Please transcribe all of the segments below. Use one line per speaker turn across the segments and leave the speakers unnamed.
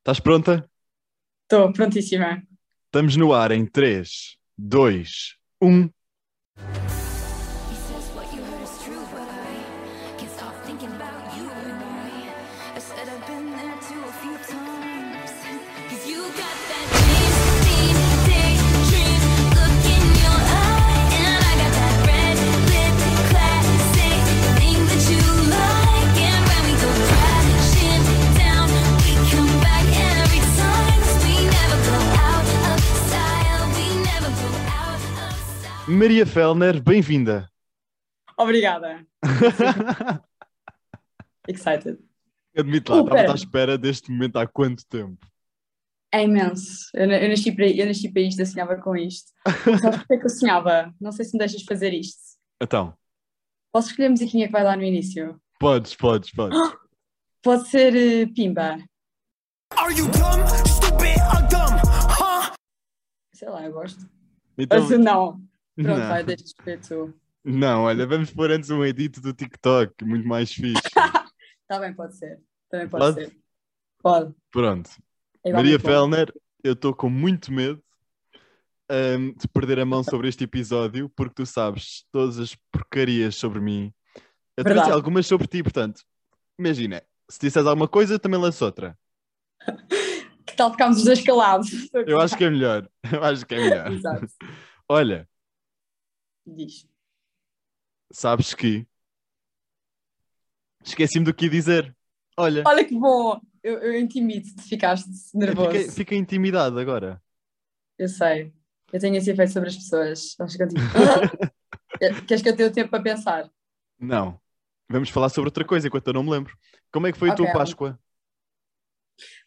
Estás pronta?
Estou prontíssima.
Estamos no ar em um. 3, 2, 1.
He says what you heard is true, but I can't stop thinking about you and I. I said I've been there too a few times. Cause you got that dream, daydream look in your eye. And I got that red lip classic thing that you like. And when we go crashing down, we come back every time. 'Cause we never go out of style, we never go out of style.
Maria Fellner, bem-vinda.
Obrigada. Excited.
Admito lá,
Oh,
estava
pera.
à espera deste momento há quanto tempo?
É imenso. Eu, na- eu nasci para, eu nasci para isto, eu sonhava com isto. Sabes porque é que eu sonhava? Não sei se me deixas fazer isto.
Então,
Posso escolher a musiquinha que vai dar no início?
podes, podes, podes.
Pode ser eh, Pimba.
Are you dumb, stupid, or dumb? Huh?
Sei lá, eu gosto.
Então,
Ou se não. Assim, Pronto, vai,
não,
deixa escolher tu.
não, olha, vamos pôr antes um edit do TikTok, muito mais fixe.
Está Tá bem, pode ser. Também pode,
Pode?
ser. Pode.
Pronto.
É
Maria
igualmente bom.
Fellner, eu estou com muito medo hum, de perder a mão sobre este episódio, porque tu sabes todas as porcarias sobre mim. Eu trouxe
Verdade.
algumas sobre ti, portanto, imagina, se disseres alguma coisa, eu também lanço outra.
Que tal ficarmos os dois calados?
Eu acho que é melhor. Eu acho que é melhor.
Exato.
Olha,
Diz.
sabes que. Esqueci-me do que ia dizer. Olha,
Olha que bom. Eu, eu intimido-te, ficaste
eu
nervoso.
fiquei, fiquei intimidado agora.
Eu sei. Eu tenho esse efeito sobre as pessoas. Elas ficam tipo. Eh, Queres que eu tenha tempo para pensar?
Não. Vamos falar sobre outra coisa enquanto eu não me lembro. Como é que foi a
Ok.
tua Páscoa?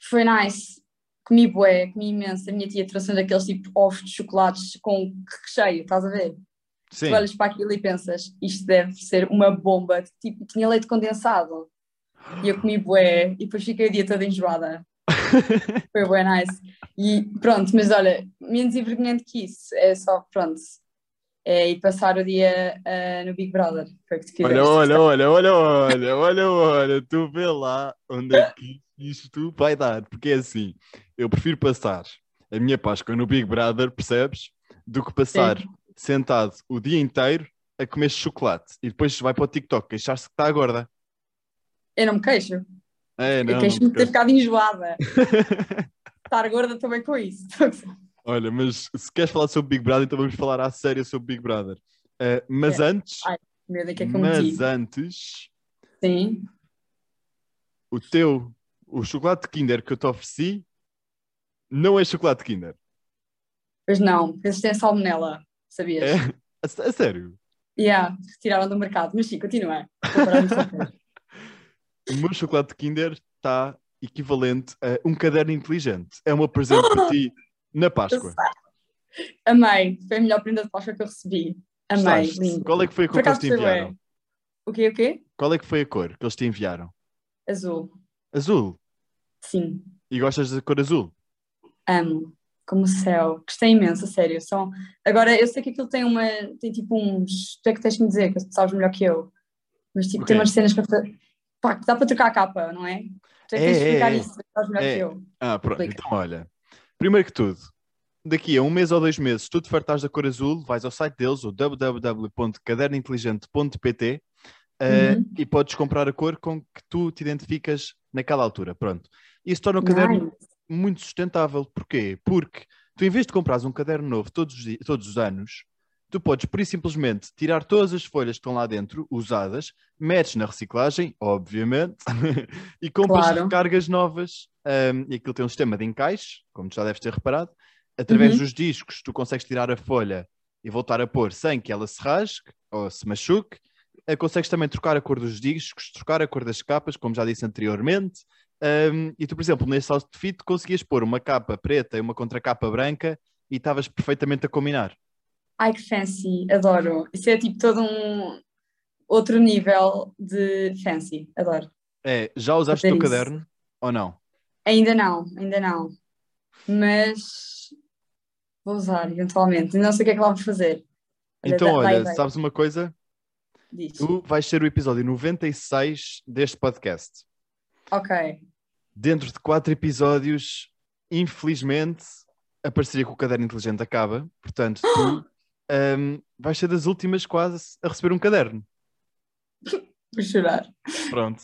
Foi nice. Comi bué, comi imenso. A minha tia trouxe daqueles tipo ovos de chocolates com recheio, estás a ver?
Sim.
Tu olhas para aquilo e pensas, isto deve ser uma bomba. Tipo, tinha leite condensado. E eu comi bué e depois fiquei o dia todo enjoada. Foi bué nice. E pronto, mas olha, menos envergonhante que isso. É só, pronto, é ir passar o dia ah, no Big Brother. Foi o que tu
Olha,
quiseste.
olha, olha, olha, olha, olha, olha, tu vê lá onde é que isto vai dar, porque é assim, eu prefiro passar a minha Páscoa no Big Brother, percebes? Do que passar sentado o dia inteiro a comer chocolate e depois vai para o TikTok queixar-se que está gorda.
Eu não me queixo.
É, não,
eu
não
queixo-me de
te
ter ficado enjoada. Estar gorda também com isso.
Olha, mas se queres falar sobre Big Brother, então vamos falar à séria sobre Big Brother. Eh, mas
É.
antes,
Ai, Meu Deus, o que é que eu meti?
mas antes,
Sim.
o teu, o chocolate Kinder que eu te ofereci, não é chocolate Kinder.
Pois não, eles têm salmonela, sabias?
É? A, sé- a sério?
Yeah, retiraram do mercado. Mas sim, continua. Vou parar de falar.
O meu chocolate Kinder está equivalente a um caderno inteligente. É um presente para ti na Páscoa.
Amei. Foi a melhor prenda de Páscoa que eu recebi. Amei.
Gostaste?
Lindo.
Qual é que foi a
Por
cor que eles te
acaso foi bué.
enviaram?
O quê, o quê?
Qual é que foi a cor que eles te enviaram?
Azul.
Azul.
Sim.
E gostas da cor azul?
Amo. Como o céu. Gostei imenso, a sério. São... Agora, eu sei que aquilo tem uma... Tem tipo uns... Tu é que tens de me dizer, que tu sabes melhor que eu. Mas tipo,
O
tem
quê?
umas cenas que... eu fa- Pá, que dá para trocar a capa, não é? Tu é que
É, é,
tens de explicar
é.
isso, que sabes melhor
É.
que eu.
Ah, pronto.
Explica.
Então, olha. Primeiro que tudo, daqui a um mês ou dois meses, tu te fartares da cor azul, vais ao site deles, o www.cadernointeligente.pt eh,
Uhum.
e podes comprar a cor com que tu te identificas naquela altura. Pronto. Isso torna o caderno
Nice.
muito sustentável. Porquê? Porque tu, em vez de comprares um caderno novo todos os, di- todos os anos, tu podes, por e simplesmente, tirar todas as folhas que estão lá dentro, usadas, metes na reciclagem, obviamente, e compras
Claro.
recargas novas. Ahm, e aquilo tem um sistema de encaixe, como tu já deves ter reparado. Através
Uhum.
dos discos, tu consegues tirar a folha e voltar a pôr sem que ela se rasgue ou se machuque. Eh, Consegues também trocar a cor dos discos, trocar a cor das capas, como já disse anteriormente. Um, e tu, por exemplo, nesse outfit conseguias pôr uma capa preta e uma contracapa branca e estavas perfeitamente a combinar.
Ai, que fancy, adoro. Isso é tipo todo um outro nível de fancy, adoro.
É, já usaste o teu
Fazer isso.
caderno ou não?
Ainda não, ainda não. Mas vou usar eventualmente. Não sei o que é que vamos fazer. Olha,
Então,
dá- vai,
olha,
vai.
sabes uma coisa?
Diz.
Tu vais ser o episódio 96 deste podcast.
Ok.
dentro de quatro episódios, infelizmente, a parceria com o Caderno Inteligente acaba. Portanto, tu hum, vais ser das últimas quase a receber um caderno.
Vou chorar.
Pronto.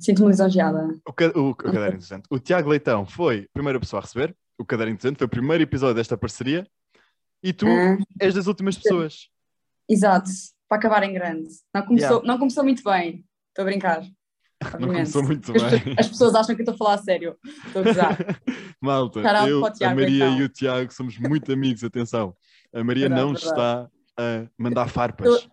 Sinto-me lisonjeada.
O, ca- o- o Caderno Inteligente. O Tiago Leitão foi a primeira pessoa a receber. O Caderno Inteligente foi o primeiro episódio desta parceria. E tu
Ah,
és das últimas pessoas.
exato. Para acabar em grande. Não começou,
Yeah.
não começou muito bem. Estou a brincar.
Não
obviamente.
começou muito
As pessoas-
bem.
As pessoas acham que eu estou a falar a sério. Estou a gozar.
Malta,
Shout out
eu,
para o
a
Tiago,
Maria
então.
e o Tiago somos muito amigos, atenção. A Maria
Verdade,
não
verdade.
está a mandar farpas.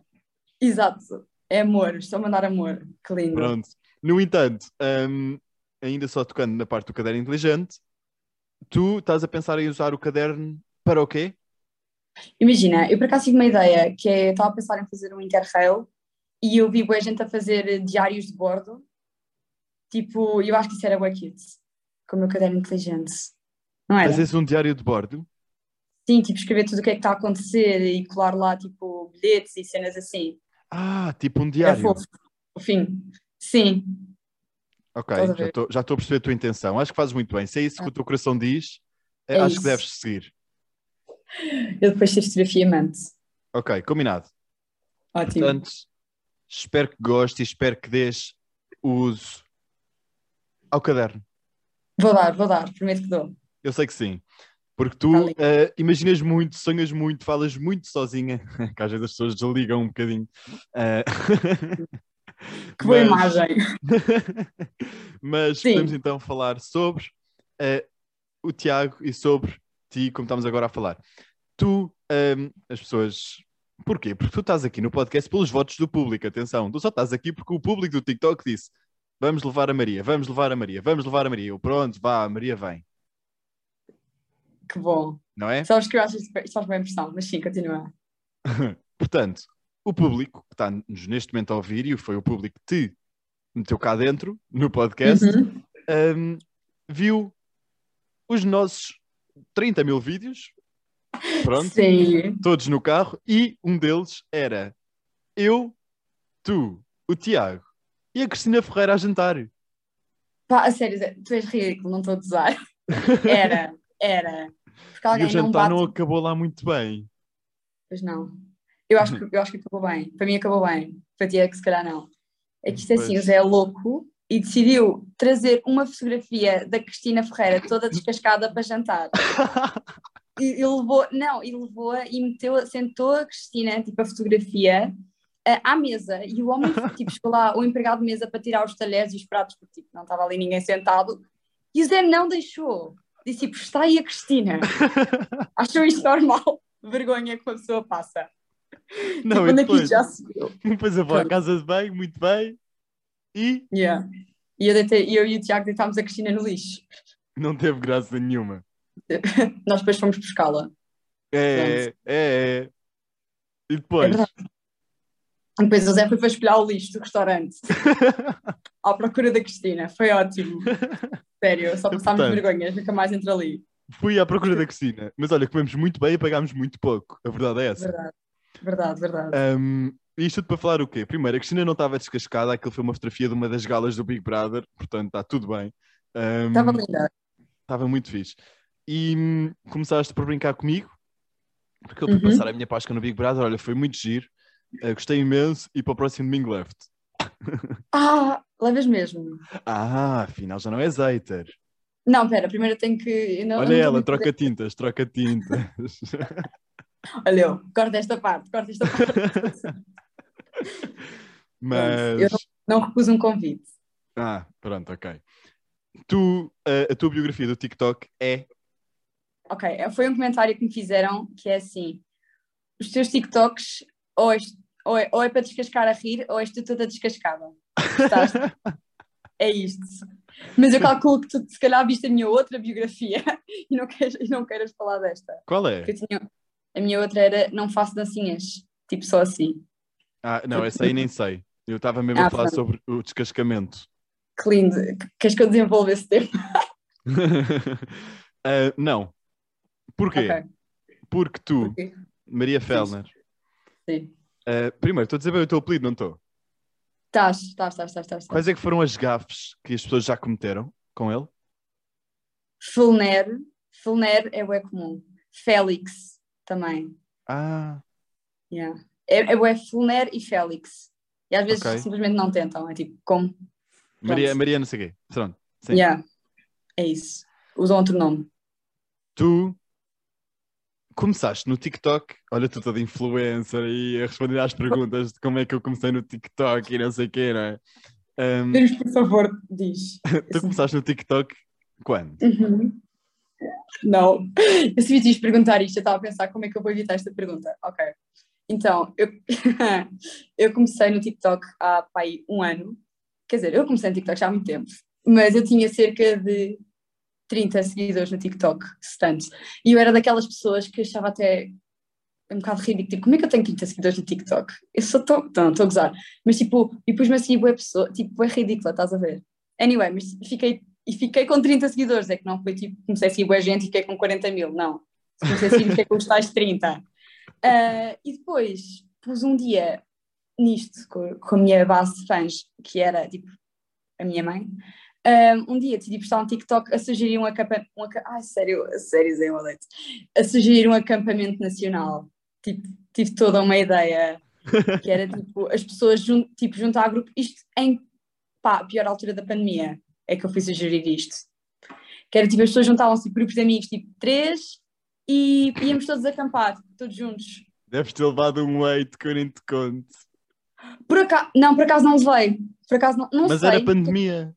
Exato. É amor. Estou a mandar amor. Que lindo.
Pronto. No entanto, hum, ainda só tocando na parte do caderno inteligente, tu estás a pensar em usar o caderno para o quê?
Imagina, eu por acaso tive uma ideia que é, estava a pensar em fazer um interrail e eu vi boa gente a fazer diários de bordo. Tipo, eu acho que isso era bué cute, com o meu caderno inteligente. Não era?
Fazes um diário de bordo?
Sim, tipo, escrever tudo o que é que está a acontecer e colar lá, tipo, bilhetes e cenas assim.
Ah, tipo um
Era
diário.
fofo. Enfim, sim,
Ok,
Estás a
já
ver?
estou já estou a perceber a tua intenção. Acho que fazes muito bem. Se é isso que o teu coração diz, eh,
É
acho que
isso.
deves seguir.
eu depois tiro fotografia e mando.
Ok, combinado.
Ótimo.
Portanto, espero que goste e espero que dês uso ao caderno.
Vou dar, vou dar, prometo que dou.
Eu sei que sim. Porque tu
Tá lindo.
eh, imaginas muito, sonhas muito, falas muito sozinha, que às vezes as pessoas desligam um bocadinho. Eh,
Que boa
mas-
imagem.
Mas
Sim.
podemos então falar sobre eh, o Tiago e sobre ti, como estamos agora a falar. Tu, ehm, as pessoas. Porquê? Porque tu estás aqui no podcast pelos votos do público, atenção. Tu só estás aqui porque o público do TikTok disse: vamos levar a Maria, vamos levar a Maria, vamos levar a Maria. Eu, pronto, vá, a Maria vem,
Que bom.
não é?
Sabes que eu acho isso isto faz boa impressão, mas sim, continua.
Portanto, o
Hum.
público que está-nos neste momento a ouvir, e foi o público que te meteu cá dentro, no podcast,
Uhum.
um, viu os nossos 30 mil vídeos, pronto,
Sim.
todos no carro, e um deles era eu, tu, o Tiago e a Cristina Ferreira a jantar.
Pá, a sério, Zé, tu és ridículo, não estou a usar. Era, era.
E
Porque
o
alguém não
jantar
bate.
não acabou lá muito bem.
Pois não. Eu acho, que, eu acho que acabou bem. Para mim acabou bem. Para ti é que se calhar não. É que isto é assim, o
Pois.
Zé é louco e decidiu trazer uma fotografia da Cristina Ferreira toda descascada para jantar. E, e levou, não, e levou-a e meteu, sentou a Cristina, tipo a fotografia, eh, à mesa. E o homem, tipo, chegou lá, o empregado de mesa para tirar os talheres e os pratos, porque tipo, não estava ali ninguém sentado. E o Zé não deixou. Disse, tipo, está aí a Cristina. Achou isto normal? Vergonha que uma pessoa passa.
Não, e
Tipo, Quando aqui
depois,
já se viu.
depois eu vou à
Pronto.
casa de banho, muito bem, e
Yeah. E eu, deitei, eu e o Tiago deitámos a Cristina no lixo.
não teve graça nenhuma.
Nós depois fomos buscá-la.
É, é, é. E
É
depois,
verdade. E Depois o Zé foi para espelhar o lixo do restaurante à procura da Cristina. Foi ótimo. Sério, só passámos
Portanto.
vergonhas, nunca mais entra ali.
fui à procura da Cristina. Mas olha, comemos muito bem e pagámos muito pouco. A verdade é essa. Hum.
Verdade, verdade, verdade.
Ahm, e isto tudo para falar o quê? Primeiro, a Cristina não estava descascada, aquilo foi uma fotografia de uma das galas do Big Brother, portanto está tudo bem. Ahm,
Estava linda.
estava muito fixe. E hum, começaste por brincar comigo, porque eu fui
Uhum.
passar a minha Páscoa no Big Brother, olha, foi muito giro, eh, gostei imenso e para o próximo domingo left.
Ah, levas mesmo.
Ah, afinal já não és hater.
Não, pera, primeiro eu tenho que. eu não- é eu
Olha
não
ela,
tenho-
troca tintas, troca tintas.
Olha eu, corta esta parte, corta esta parte.
Mas.
Eu Não recuso um convite.
Ah, pronto, ok. Tu, eh, a, a tua biografia do TikTok é.
Ok, eh, foi um comentário que me fizeram que é assim: os teus TikToks ou, és- ou é, ou é para descascar a rir ou és tu toda descascada. Estás- é isto. Mas eu calculo que tu se calhar viste a minha outra biografia e não queiras, e não queiras falar desta.
Qual
Porque
é?
Eu tinha, a minha outra era não faço dancinhas, tipo só assim.
Ah, não, essa aí nem sei. Eu estava mesmo a
Ah,
falar
pronto.
sobre o descascamento.
Que lindo. Queres que eu desenvolva esse tema?
Ah, não. Porquê? Hum.
Ok,
Porque tu,
porque-
Maria Fellner.
Sim.
ah, primeiro, estou a dizer bem o teu apelido, não estou?
Estás, estás, estás, estás, estás. estás.
Quais é que foram as gafes que as pessoas já cometeram com ele?
Fulner. Fulner é bué comum. Félix também.
Ah,
Yeah. É, é bué Fulner e Félix. E às vezes
Ok.
simplesmente não tentam. É tipo, como?
Maria, Maria não sei o quê. Pronto. Sim.
Yeah. É isso. Usam outro nome.
Tu começaste no TikTok, olha tu toda influencer e a responder às perguntas de como é que eu comecei no TikTok e não sei o quê, não é? Ahm,
Deus, por favor, diz.
tu começaste no TikTok quando?
Uhum. Não, eu se me tinhas de perguntar isto, eu estava a pensar como é que eu vou evitar esta pergunta. Ok. Então, eu, eu comecei no TikTok há pá, aí um ano. Quer dizer, eu comecei no TikTok já há muito tempo, mas eu tinha cerca de 30 seguidores no TikTok, se tanto. E eu era daquelas pessoas que achava até um bocado ridículo. Tipo, como é que eu tenho 30 seguidores no TikTok? Eu sou tão. Não, estou a gozar. Mas tipo, e pus-me assim, boa pessoa, tipo, é ridícula, estás a ver? Anyway, mas fiquei e fiquei com 30 seguidores, é que não foi tipo, comecei a seguir boa gente e fiquei com 40 mil, não. Comecei a seguir e fiquei com os tais 30. Ah, e depois pus um dia nisto, co- com, a minha base de fãs, que era tipo a minha mãe, ah, um dia decidi postar um TikTok a sugerir um acampamento, um aca- ai sério, a sério, Zé Maldete, a sugerir um acampamento nacional. Tipo, tive toda uma ideia, que era tipo, as pessoas jun, tipo, juntar grupo, isto em, pá, a pior altura da pandemia é que eu fui sugerir isto. Que era tipo, as pessoas juntavam-se tipo, grupos de amigos, tipo três, e íamos todos acampar, todos juntos.
Deves ter levado um leite que eu nem te conto.
Por acaso, não, por acaso não levei. Por acaso não, não
Mas
sei.
era pandemia.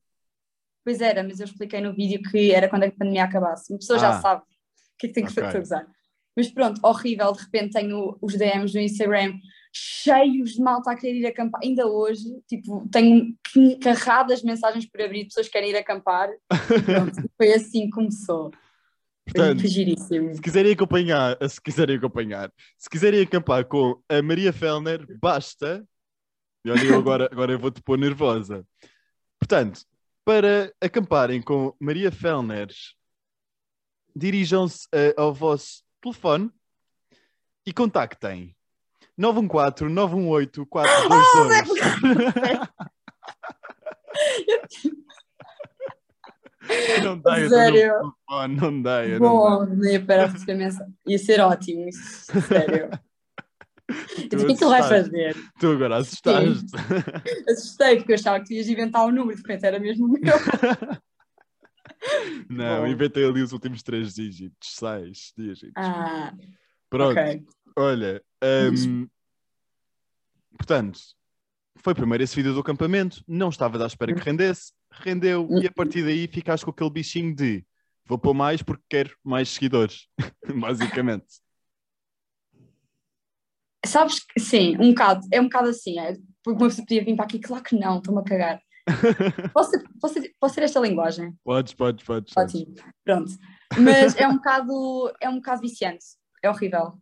Pois era, mas eu expliquei no vídeo que era quando a pandemia acabasse. Uma pessoa
Ah.
já sabe o que é que tem que
Ok.
fazer. usar. Mas pronto, horrível, de repente tenho os DMs no Instagram cheios de malta a querer ir acampar. Ainda hoje, tipo, tenho quin- carradas de mensagens por abrir, de pessoas que querem ir acampar. E pronto, foi assim que começou.
Portanto,
foi giríssimo.
Se quiserem acompanhar, se quiserem acompanhar, se quiserem acampar com a Maria Fellner, basta. E olha, eu agora, agora eu vou-te pôr nervosa. Portanto, para acamparem com Maria Fellner, dirijam-se eh, ao vosso telefone e contactem 914 918 422. Não dá, eu tenho
Sério?
um telefone, não dá, eu não dá.
Bom, não ia parar de receber mensagem. Ia ser ótimo, isso, sério. Então, o que é que ele vai
assustaste.
fazer?
Tu agora assustaste.
Assustei, porque eu achava que tu ias inventar o número, de repente era mesmo o meu.
Não,
Bom.
inventei ali os últimos três dígitos, seis dígitos.
Ah,
Pronto,
ok.
olha.
Diz.
hum, portanto, foi primeiro esse vídeo do acampamento, não estavas à
Hum.
espera que rendesse, rendeu e a partir daí ficaste com aquele bichinho de vou pôr mais porque quero mais seguidores, basicamente.
Sabes que, sim, um bocado, é um bocado assim, é, porque uma pessoa podia vir para aqui, claro que não, estou-me a cagar. Posso, posso, posso ter esta linguagem?
Podes, podes, podes. podes.
Ótimo, pronto. Mas é um bocado, é um bocado viciante, é horrível.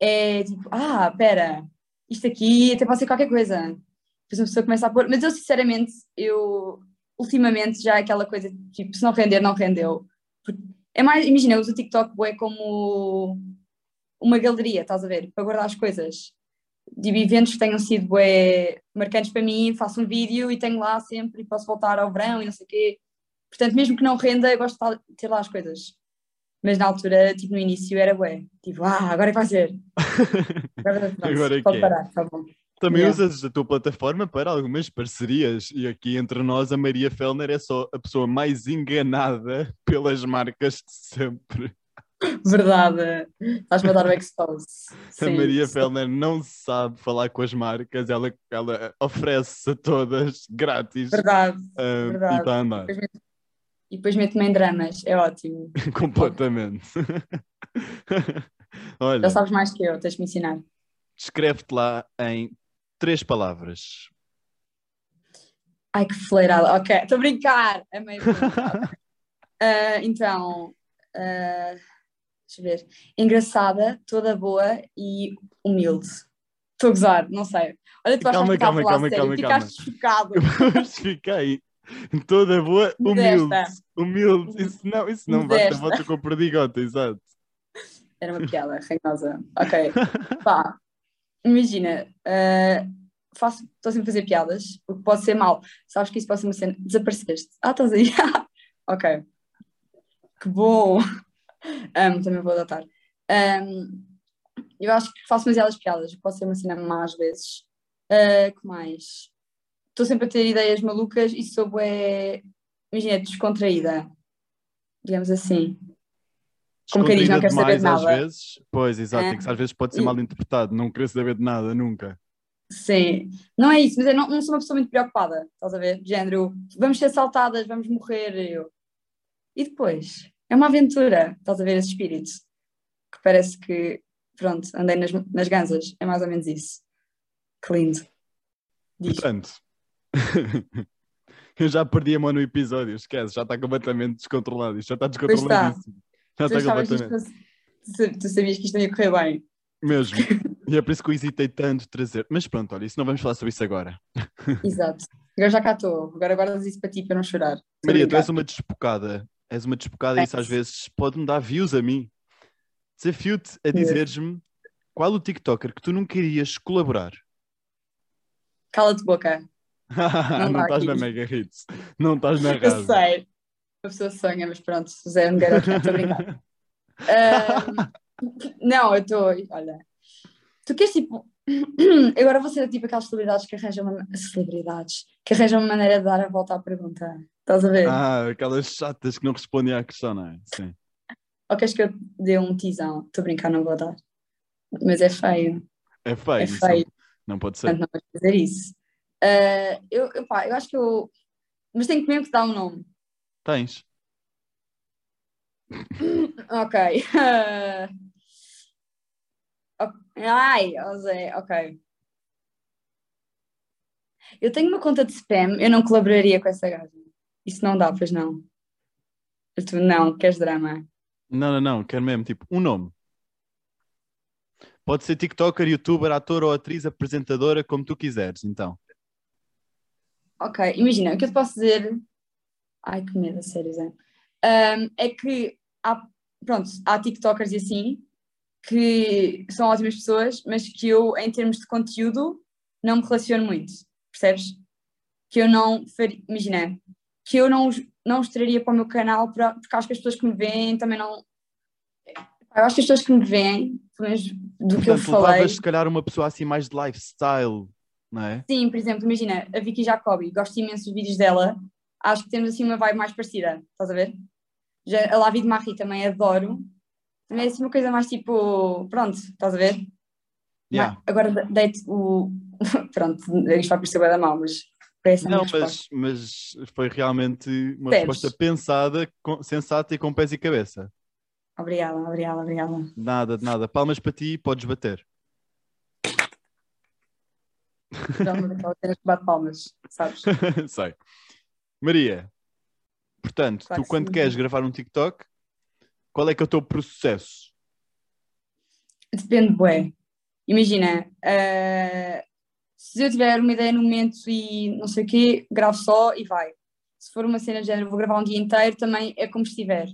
É tipo, ah, pera, isto aqui até pode ser qualquer coisa. Depois a pessoa começa a pôr, mas eu sinceramente, eu ultimamente já é aquela coisa, tipo, se não render, não rendeu. Porque É mais, imagina, eu uso o TikTok bué como uma galeria, estás a ver, para guardar as coisas. De eventos que tenham sido bué, marcantes para mim, faço um vídeo e tenho lá sempre e posso voltar ao verão e não sei o quê. Portanto, mesmo que não renda, eu gosto de tal- ter lá as coisas. Mas na altura, tipo, no início era bué. Tipo, ah, agora é que vai ser. Agora, vai- pronto,
Agora é que
pode
é.
parar, tá bom.
Também
Yeah.
usas a tua plataforma para algumas parcerias e aqui entre nós a Maria Fellner é só a pessoa mais enganada pelas marcas de sempre.
Verdade. Estás-me a dar o expose.
a
Sim.
Maria Fellner não sabe falar com as marcas, ela, ela oferece a todas grátis
Verdade.
ah, e
verdade.
está a andar
E depois meto-me em dramas, é ótimo.
completamente. Olha,
Já sabes mais que eu, tens de me ensinar.
descreve-te lá em três palavras.
Ai, que fleirada. Ok, estou a brincar. Amei. a pergunta. Ah, então, ah, deixa eu ver. Engraçada, toda boa e humilde. Estou a gozar, não sei. Olha, tu
Calma,
achaste que estava
calma,
a falar
calma,
sério,
calma,
ficaste chocado.
Mas fiquei toda boa, humilde.
Modesta.
Humilde.
Uhum.
Isso não, isso não basta
Modesta.
volta com o perdigota, exato.
Era uma piada, ranhosa. Ok. Pá, imagina, eh, faço, estou sempre a fazer piadas, o que pode ser mal. Sabes que isso pode ser uma cena. Desapareceste. Ah, estás aí. Ok. Que bom! Amo, também vou adotar. Ahm, eu acho que faço demasiadas piadas, posso ser uma cena má às vezes. Ah, que mais? Estou sempre a ter ideias malucas e sou bué, imagina, descontraída. Digamos assim. Como quem diz, não
Descontraída
quero saber de
demais
nada.
às vezes. Pois, exato.
É.
é que às vezes pode ser
E-
mal interpretado. Não querer saber de nada, nunca.
Sim, não é isso, mas eu não, não sou uma pessoa muito preocupada, estás a ver? De Género, vamos ser assaltadas, vamos morrer. Eu. E depois, é uma aventura, estás a ver esse espírito, que parece que, pronto, andei nas, nas ganzas, é mais ou menos isso. Que lindo. Diz.
Portanto, eu já perdi a mão no episódio, esquece, já está completamente descontrolado. Isto já está
está.
descontroladíssimo. Já
Tu
está
achavas que isto
completamente.
fosse- tu, tu sabias que isto não ia correr bem.
Mesmo. E é por isso que eu hesitei tanto de trazer. Mas pronto, olha, isso não vamos falar sobre isso agora.
Exato. Agora já cá estou, agora guardas isso para ti para não chorar. Estou a
Maria, tu
brincar.
és uma despocada. És uma despocada e isso às vezes pode-me dar views a mim. Desafio-te a dizeres-me qual o TikToker que tu não querias colaborar.
Cala-te boca.
não,
dá
estás na
aqui.
Mega Hits. Não estás na
Eu
rádio.
sei. Uma pessoa sonha, mas pronto, Zé Nogueira, estou a brincar. Ahm, não, eu estou. Olha, tu queres tipo. eu Agora vou ser tipo aquelas celebridades que arranjam uma. Celebridades que arranjam uma maneira de dar a volta à pergunta. Estás a ver?
ah, aquelas chatas que não respondem à questão, não é? Sim.
Ou queres que eu dê um tisão? Estou a brincar, não vou dar. Mas é feio,
É feio.
é
isso
feio,
Não pode ser.
portanto não vais fazer isso. Ah, eu, eu, pá, eu acho que eu. Mas tenho que mesmo que dar um nome.
Tens.
Ok. Ah, ok. Ai, ó Zé, ok. Eu tenho uma conta de spam, eu não colaboraria com essa gaja. Isso não dá, pois não. Mas Tu não, queres drama.
Não, não, não. Quero mesmo, tipo, um nome. Pode ser TikToker, youtuber, ator ou atriz, apresentadora, como tu quiseres, então.
Ok, imagina, o que eu te posso dizer? Ai, que medo, a sério, Zé. Ahm, é que há, pronto, há TikTokers e assim que são ótimas pessoas, mas que eu, em termos de conteúdo, não me relaciono muito, percebes? Que eu não faria, imagina, que eu não, os- não os traria para o meu canal, pra- porque acho que as pessoas que me veem também não. Eu acho que as pessoas que me veem, pelo menos do que eu
Portanto,
falei.
levavas, se calhar, uma pessoa assim mais de lifestyle, não é?
Sim, por exemplo, imagina, a Vicky Jacobi, gosto imenso dos vídeos dela, acho que temos assim uma vibe mais parecida, estás a ver? Já, a Lavi de Marie também adoro, também é assim uma coisa mais tipo, pronto, estás a ver?
Yeah.
Ma- Agora de- deito o. pronto, isto vai parecer bem da mal, mas foi essa a
Não,
minha resposta.
mas, mas foi realmente uma
Percebes?
resposta pensada, com- sensata e com pés e cabeça.
Obrigada, obrigada, obrigada.
Nada, de nada. Palmas para ti, podes bater.
Já me daquelas cenas que bate palmas, sabes?
Sei. Maria, portanto,
Claro
tu
que
quando
sim.
queres gravar um TikTok, qual é que é o teu processo?
Depende, bué. Imagina, eh, se eu tiver uma ideia no momento e não sei o quê, gravo só e vai. Se for uma cena de género, vou gravar um dia inteiro, também é como estiver.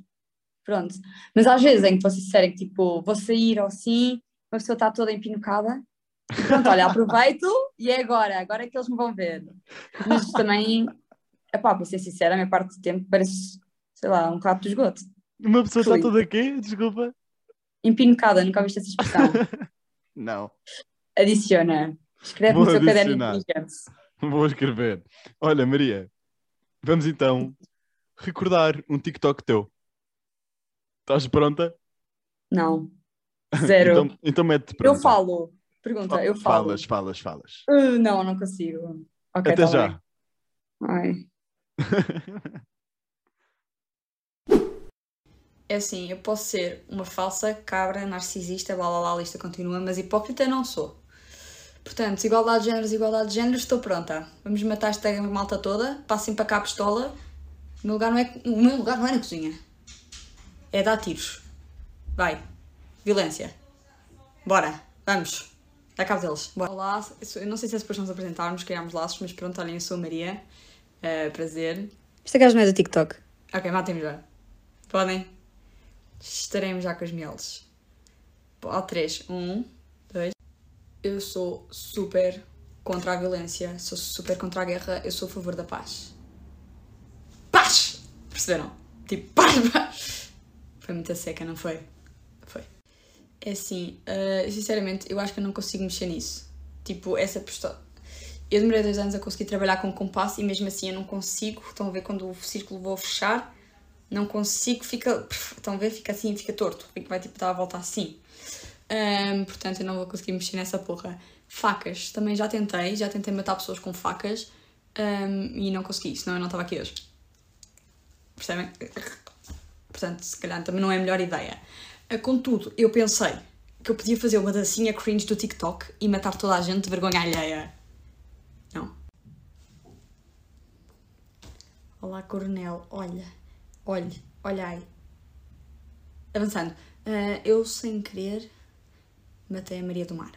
Pronto. Mas às vezes, em que vocês disserem que tipo, vou sair ou assim, uma pessoa está toda empinucada. E pronto, olha, aproveito e é agora, agora é que eles me vão ver. Mas também, epá, para ser sincera, a minha parte do tempo parece, sei lá, um capo de esgoto.
Uma pessoa está
Fui.
toda aqui? Desculpa.
Empinucada, nunca viste essa expressão.
Não.
Adiciona. Escreve
Vou
no seu caderno
adicionar.
inteligente.
Vou escrever. Olha, Maria, vamos então recordar um TikTok teu. Estás pronta?
Não. Zero.
Então, então mete-te
eu
pronta.
falo.
então,
Pergunta, eu falo.
Falas, falas, falas.
Uh, não, não consigo. Ok,
Até
tá
já.
bem. Ai. É assim, eu posso ser uma falsa, cabra, narcisista, blá blá blá, a lista continua, mas hipócrita não sou. Portanto, igualdade de géneros, igualdade de géneros, estou pronta. Vamos matar esta malta toda, passem para cá a pistola. O meu lugar não é, o meu lugar não é na cozinha. É dar tiros. Vai. Violência. Bora. Vamos. Dá cabo deles. Bora. Olá, eu sou- eu não sei se é depois nos apresentarmos, criámos laços, mas pronto, olhem, eu sou a Maria. Eh, prazer. Esta gaja não é do TikTok. Ok, matem-me já. Podem. Estaremos já com os mieles. Ao 3. 1, 2. Eu sou super contra a violência, sou super contra a guerra, eu sou a favor da paz. Paz! Perceberam? tipo parva. Foi muita seca, não foi? Foi. É assim, ah, sinceramente, eu acho que eu não consigo mexer nisso. Tipo, essa postura. Eu demorei dois anos a conseguir trabalhar com compasso e mesmo assim eu não consigo. Estão a ver quando o círculo vou fechar, não consigo, fica. Estão a ver? Fica assim, fica torto. Fica- Vai tipo dar a volta assim. Ahm, portanto, eu não vou conseguir mexer nessa porra. Facas, também já tentei, já tentei matar pessoas com facas ahm, e não consegui, senão eu não estava aqui hoje. Percebem? Portanto, se calhar também não é a melhor ideia. Ah, Contudo, eu pensei que eu podia fazer uma dancinha cringe do TikTok e matar toda a gente de vergonha alheia. Não. Olá, Coronel. Olha, olha, olhai. Avançando. Ah, eu, sem querer, matei a Maria do Mar.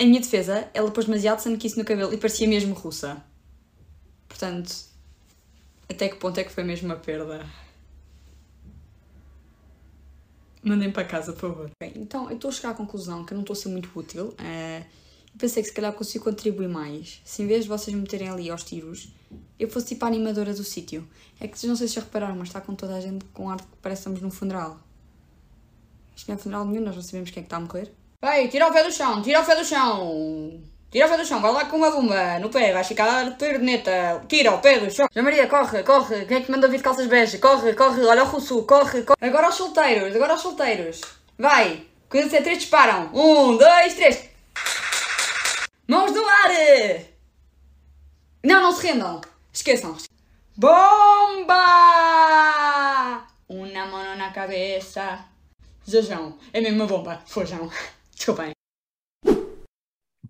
Em minha defesa, ela pôs demasiado sanduíche no cabelo e parecia mesmo russa. Portanto, até que ponto é que foi mesmo uma perda? Mandem para casa, por favor. Bem, então eu estou a chegar à conclusão que eu não estou a ser muito útil. eh, e pensei que se calhar consigo contribuir mais. Se em vez de vocês me meterem ali aos tiros, eu fosse tipo a animadora do sítio. É que vocês não sei se já repararam, mas está com toda a gente com ar de que parece que estamos num funeral. Isto não é funeral nenhum, nós não sabemos quem é que está a morrer. Vai, tira o pé do chão, tira o pé do chão! Tira o pé do chão, vai lá com uma bomba no pé, vais ficar perneta, tira o pé do chão! João Maria, corre, corre, quem é que te mandou vir de calças bege? Corre, corre, olha o russo, corre, corre! Agora aos solteiros, agora aos solteiros! Vai! Quando até três disparam! Um, dois, três! Mãos no ar! Não, não se rendam! Esqueçam! Bomba! Uma mão na cabeça! Jajão, é mesmo uma bomba. Fojão. Desculpem.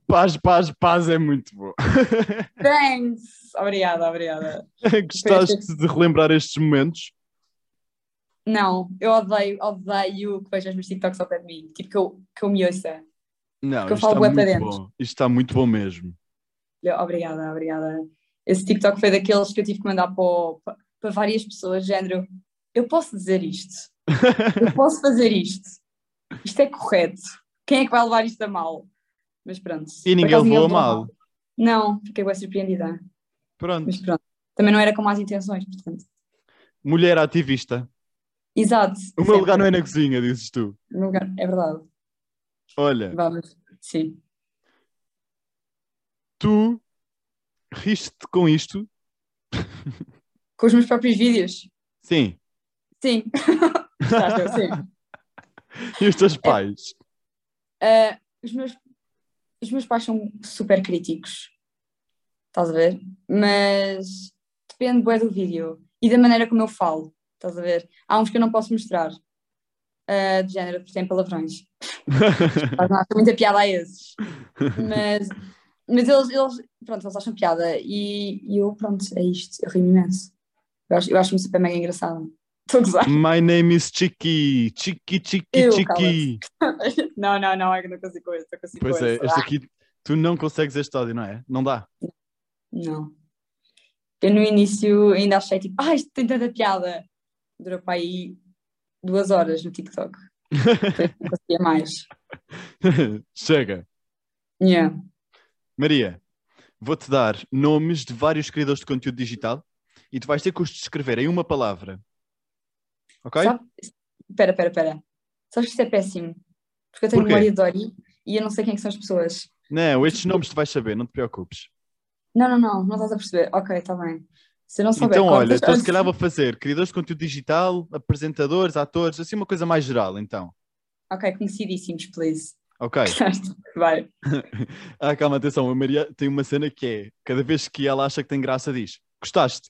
Paz, paz, paz é muito bom.
Thanks! Obrigada, obrigada.
Gostaste de relembrar estes momentos?
Não, eu odeio, odeio que vejam os meus TikToks ao pé de mim. Tipo, que eu, que eu me ouça.
Não,
Porque eu
isto
falo
está
bué para
muito
dentro.
bom. Isto está muito bom mesmo.
Olha, Obrigada, obrigada. Esse TikTok foi daqueles que eu tive que mandar para, o- pa- para várias pessoas, género. Eu posso dizer isto? Eu posso fazer isto? Isto é correto? Quem é que vai levar isto a mal? Mas pronto.
E
por
ninguém
acaso
levou a
mal.
mal.
Não, fiquei bem surpreendida.
Pronto.
Mas pronto. Também não era com más intenções, portanto.
Mulher ativista.
Exato.
O meu lugar não é na cozinha, dizes tu.
O meu lugar- É verdade.
Olha,
Vamos. Sim.
tu riste-te com isto?
Com os meus próprios vídeos?
Sim.
Sim. Gostaste, eu? Sim.
E os teus pais?
Ah, os, meus, os meus pais são super críticos, estás a ver? Mas depende bué do vídeo e da maneira como eu falo, estás a ver? Há uns que eu não posso mostrar, ah, de género, porque têm palavrões. Mas não acho muita piada a esses. Mas, mas eles, eles, pronto, eles acham piada e, e eu, pronto, é isto, eu rio imenso. Eu, acho- eu acho-me super mega engraçado. Estou a gozar.
My name is Chiqui. Chiqui, Chiqui,
Eu,
Chiqui.
cala-te. Não, não, não, é que não consigo com isso, não consigo
Pois
com
é,
isso. Ah,
este aqui, tu não consegues este áudio, não é? Não dá.
Não. Eu no início ainda achei tipo, ah, isto tem tanta piada. Durou para aí duas horas no TikTok. Depois não conseguia mais.
Chega.
Yeah.
Maria, vou-te dar nomes de vários criadores de conteúdo digital e tu vais ter que os descrever em uma palavra. Ok?
Sabe- Pera, pera, pera. Sabes que isso é péssimo? Porque eu tenho
Porquê?
memória de Dori e eu não sei quem é que são as pessoas.
Não, estes nomes tu vais saber, não te preocupes.
Não, não, não, não estás a perceber. Ok, está bem. Se eu não souber.
Então, olha,
cortas.
então se calhar vou fazer criadores de conteúdo digital, apresentadores, atores, assim uma coisa mais geral, então.
Ok, conhecidíssimos, please.
Ok.
Gostaste? Vai.
Ah, calma, atenção, a Maria tem uma cena que é, cada vez que ela acha que tem graça, diz, gostaste?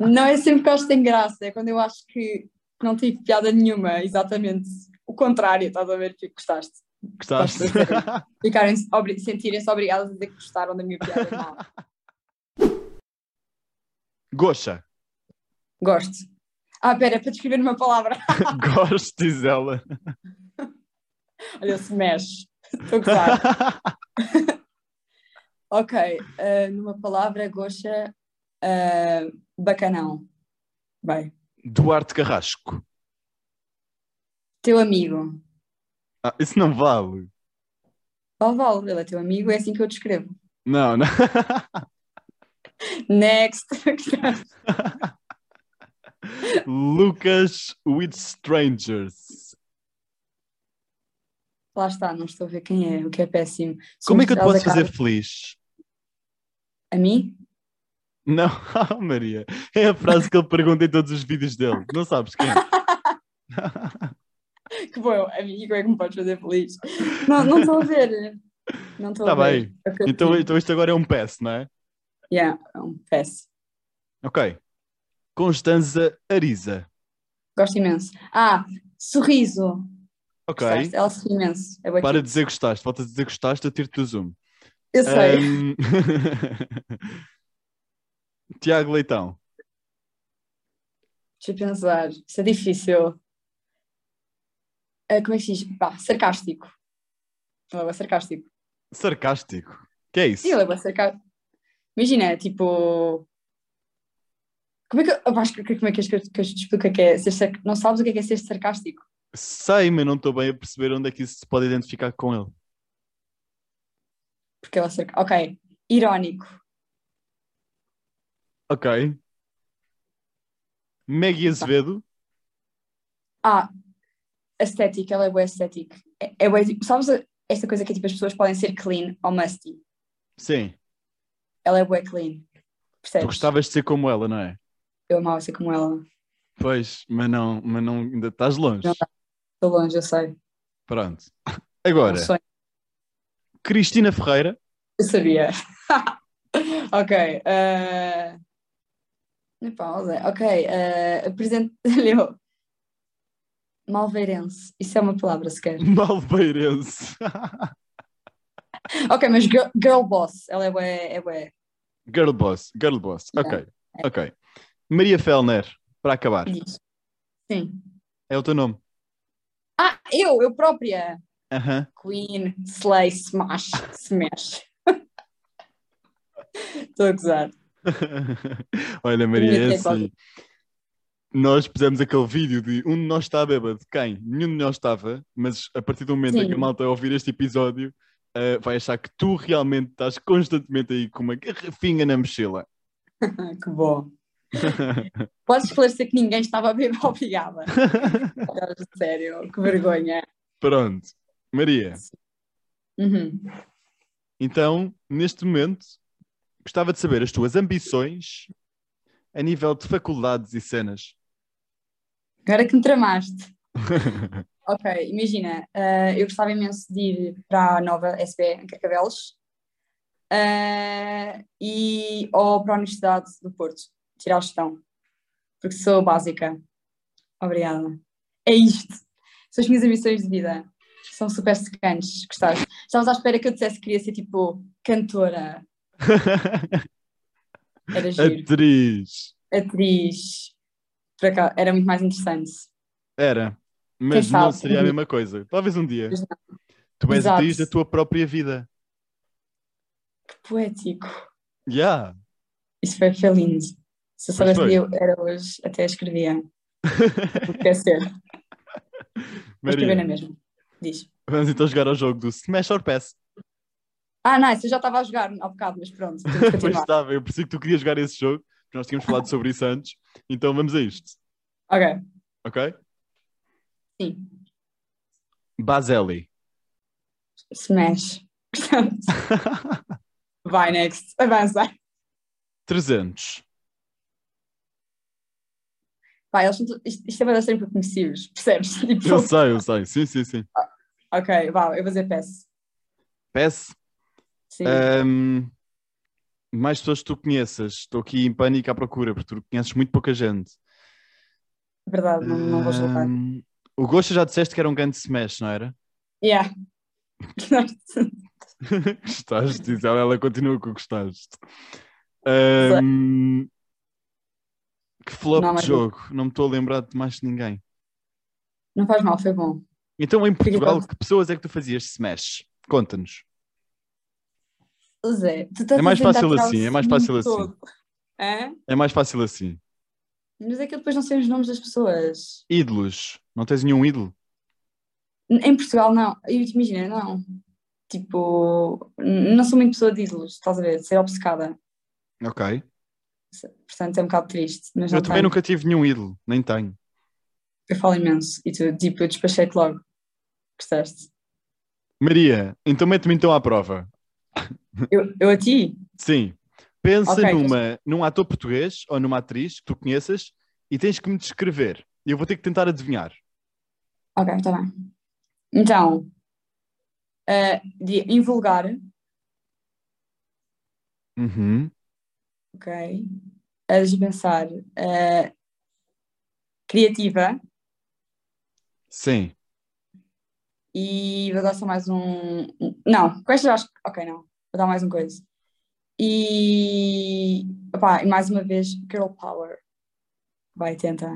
Não é sempre que eu acho que tem graça, é quando eu acho que não tive piada nenhuma, é exatamente o contrário, estás a ver que gostaste.
Gostaste?
Ficarem obri- sentirem-se obrigadas a dizer que gostaram da minha piada. Não.
Goxa.
Gosto. Ah, pera, é para descrever numa palavra.
Gosto, diz ela.
Olha, se mexe. Estou a gostar. ok, ah, numa palavra, goxa, ah, bacanão. Bem,
Duarte Carrasco.
teu amigo.
Ah, isso não vale.
Val, Val, ele é teu amigo, é assim que eu descrevo.
Não, não.
Next.
Lucas with Strangers.
Lá está, não estou a ver quem é, o que é péssimo. Se
Como é que eu te
mostrares
posso
a cara-
fazer feliz?
A mim?
Não, ah, Maria. É a frase que ele pergunta em todos os vídeos dele. Não sabes quem? é?
Que bom, a mim como é que me podes fazer feliz? Não não estou a ver. Não estou
Tá
a ver.
bem.
É o que eu
Então,
digo.
então isto agora é um pass, não é?
Yeah, é um péssimo.
Ok. Constanza Ariza.
Gosto imenso. Ah, sorriso.
Ok.
Gostaste? Ela sorri imenso. É bué
Para de
cute.
dizer que gostaste. Falta dizer que gostaste, eu tiro-te o zoom.
Eu sei.
Ahm, Tiago Leitão.
Deixa eu pensar. Isso é difícil. Ah, como é que se diz? Pá, sarcástico. Ele é bué sarcástico.
Sarcástico. Que é isso?
Sim, ele é bué sarcástico. Imagina, tipo... Como é que, eu, eu acho que- como é que, eu- que eu te explico o que é que é ser sarc... Não sabes o que é que é ser sarcástico?
Sei, mas não estou bem a perceber onde é que isso se pode identificar com ele.
Porque ele é sarcástico. Ok. Irónico.
Ok. Maggie Azevedo.
Ah, estética, ela é boa estética. É, é bué, tipo, sabes a- esta coisa que é, tipo, as pessoas podem ser clean ou musty?
Sim.
Ela é boa clean. Percebes?
Tu gostavas de ser como ela, não é?
Eu amava ser como ela.
Pois, mas não, mas não ainda estás longe.
Não. Estou longe, eu sei.
Pronto.
É um
Agora,
sonho.
Cristina Ferreira.
Eu sabia. ok. eh, Na pausa. Ok. eh, apresento. Leo. Malveirense. Isso é uma palavra sequer.
Malveirense.
Ok, mas girl, girl boss. Ela é boa. É bué.
Girl boss, girl boss. Ok, ok. Maria Fellner, para acabar.
Diz. Sim.
É o teu nome.
Ah, eu, eu própria.
Aham.
Queen, Slay, Smash, Smash. Estou a gozar.
Olha, Maria,
Tinha
é
que ter
assim. Nós pusemos aquele vídeo de um de nós está bêbado. Quem? Nenhum de nós estava, mas a partir do momento em que a
Sim.
malta ouvir este episódio, ah, vai achar que tu realmente estás constantemente aí com uma garrafinha na mochila.
Ah, que bom. Podes esclarecer que ninguém estava a beber, obrigada. Agora, Sério, que vergonha.
Pronto. Maria,
Uhum.
então, neste momento, gostava de saber as tuas ambições a nível de faculdades e cenas.
Agora que me tramaste. Ok, imagina, ah, eu gostava imenso de ir para a nova SB em Carcavelos ah, e, ou para a Universidade do Porto, tirar o gestão, porque sou básica. Obrigada. É isto. São as minhas ambições de vida. São super secantes, gostaste? Estavas à espera que eu dissesse que queria ser tipo cantora, era giro,
Atriz.
atriz, por acaso, era muito mais interessante.
Era. Mas
Quem
não
sabe?
seria a mesma coisa. Talvez um dia.
Mas não.
Tu és
Exato.
atriz da tua própria vida.
Que poético.
Já.
Isso foi, foi lindo. Se
Pois
eu soubesse
foi.
que eu era hoje, até escrevia. Não quer ser, vou escrever na
Maria,
mesma. Diz.
vamos então jogar ao jogo do Smash or Pass.
Ah, não, isso eu já estava a jogar há bocado, mas pronto, temos que
Pois
continuar.
estava, eu percebi que tu querias jogar esse jogo, porque nós tínhamos falado sobre isso antes. Então vamos a isto,
ok,
ok?
sim.
Baseli.
Smash. Vai, next. Avança.
300.
Vai, eles são tu- isto, isto é para serem reconhecidos, percebes? Tipo,
Eu sei, eu sei. Sim, sim, sim.
ok, vá, eu vou dizer PES.
Pass.
Sim.
Eh, Ahm, mais pessoas que tu conheças. Estou aqui em pânico à procura, porque tu conheces muito pouca gente.
é Verdade, não, não vou julgar.
Ahm, o Gosta já disseste que era um grande Smash, não era?
Yeah.
gostaste, diz ela, ela continua com o gostaste. Ahm, que flop
Não, mas-
de jogo, não me estou a lembrar de mais ninguém.
não faz mal, foi bom.
Então, em Portugal,
bom.
que pessoas é que tu fazias Smash? Conta-nos.
Zé, tu estás
É mais
a tentar
fácil
tirar o
assim, é mais
sumo
fácil assim.
todo. Hã?
É mais fácil assim.
Mas é que eu depois não sei os nomes das pessoas.
Ídolos. Não tens nenhum ídolo?
Em Portugal, não. Eu te imagino, não. Tipo, n- não sou muito pessoa de ídolos, estás a ver? de Ser obcecada.
Ok.
Portanto, é um bocado triste. Mas
Eu
não
também
tenho.
nunca tive nenhum ídolo, nem tenho.
Eu falo imenso. E tu, tipo, eu despachei-te logo. Gostaste?
Maria, então mete-me então à prova.
Eu, eu a ti?
Sim. Pensa
Ok, então-
numa, num ator português ou numa atriz que tu conheças e tens que me descrever. E eu vou ter que tentar adivinhar.
Ok, está bem. Então, eh, de invulgar,
Uhum.
ok. A dispensar, eh, criativa
Sim.
e vou dar só mais um. um- Não, com esta eu acho que. Ok, não. Vou dar mais uma coisa. E. opá, e mais uma vez, Girl Power. Vai, tenta.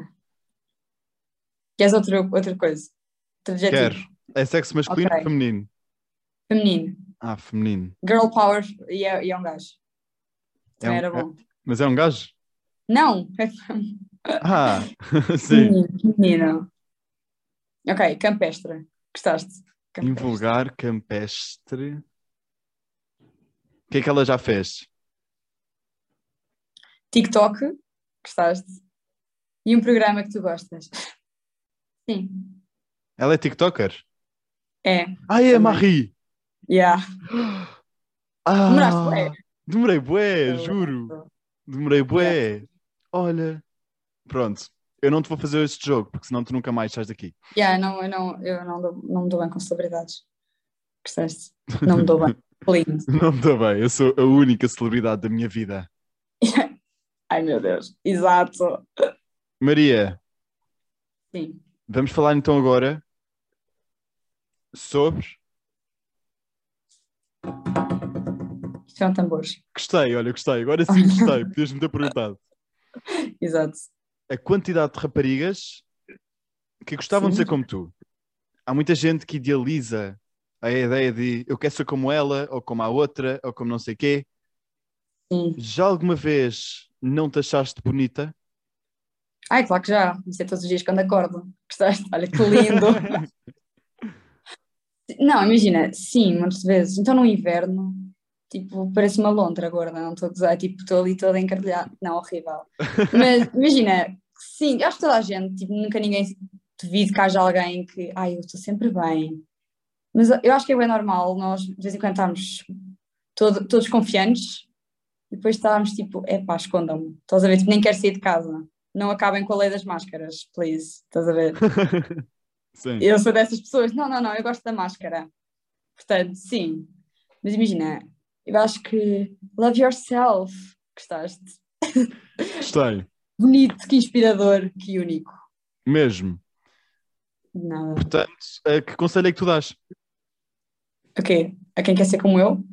Queres outra, outra coisa? Outro adjetivo?
Quero. É sexo masculino
Ok.
ou feminino?
Feminino.
Ah, feminino.
Girl Power e é, e é um gajo.
É
Também
um-
era bom.
Mas é um gajo?
Não, é
Ah, sim.
Menino, menino. Ok, campestre. Gostaste? Campestre.
Invulgar, campestre. O que é que ela já fez?
TikTok. Gostaste? E um programa que tu gostas. Sim.
Ela é TikToker?
É.
Ah, é a
Também.
Marie!
Yeah.
Ah,
Demoraste, bué.
Demorei bué, juro. Demorei bué. Olha. Pronto. Eu não te vou fazer este jogo, porque senão tu nunca mais estás daqui.
Yeah, não, eu não, eu não, dou- não me dou bem com celebridades. Gostaste? Não me dou bem. Lindo.
Não me dá bem. Eu sou a única celebridade da minha vida.
Ai meu Deus. Exato.
Maria,
Sim.
vamos falar então agora sobre.
Isto é um tambor.
Gostei, olha, gostei. Agora sim gostei. Podias-me ter perguntado.
Exato.
a quantidade de raparigas que gostavam de
Sim.
ser como tu. Há muita gente que idealiza a ideia de eu quero ser como ela, ou como a outra, ou como não sei quê.
Sim.
Já alguma vez não te achaste bonita?
Ai, claro que já. Isso é todos os dias quando acordo. Gostaste? Olha que lindo. Não, imagina, sim, muitas vezes. Então no inverno, tipo, parece uma lontra agora, não estou a gozar, tipo, estou ali toda encardelhada. Não, horrível. Mas imagina, sim, eu acho que toda a gente, tipo, nunca ninguém duvido que haja alguém que, ai, eu estou sempre bem. Mas eu acho que é bem normal nós, de vez em quando, estarmos todo- todos confiantes e depois estarmos tipo, epá, escondam-me. Estás a ver? Tipo, nem quero sair de casa. Não acabem com a lei das máscaras, please. Estás a ver?
Sim.
Eu sou dessas pessoas. Não, não, não, eu gosto da máscara. Portanto, sim. Mas imagina, eu acho que love yourself. Gostaste?
Gostei,
Bonito, que inspirador, que único.
mesmo.
Nada.
Portanto, eh, que conselho é que tu dás?
Ok, a quem quer ser como eu?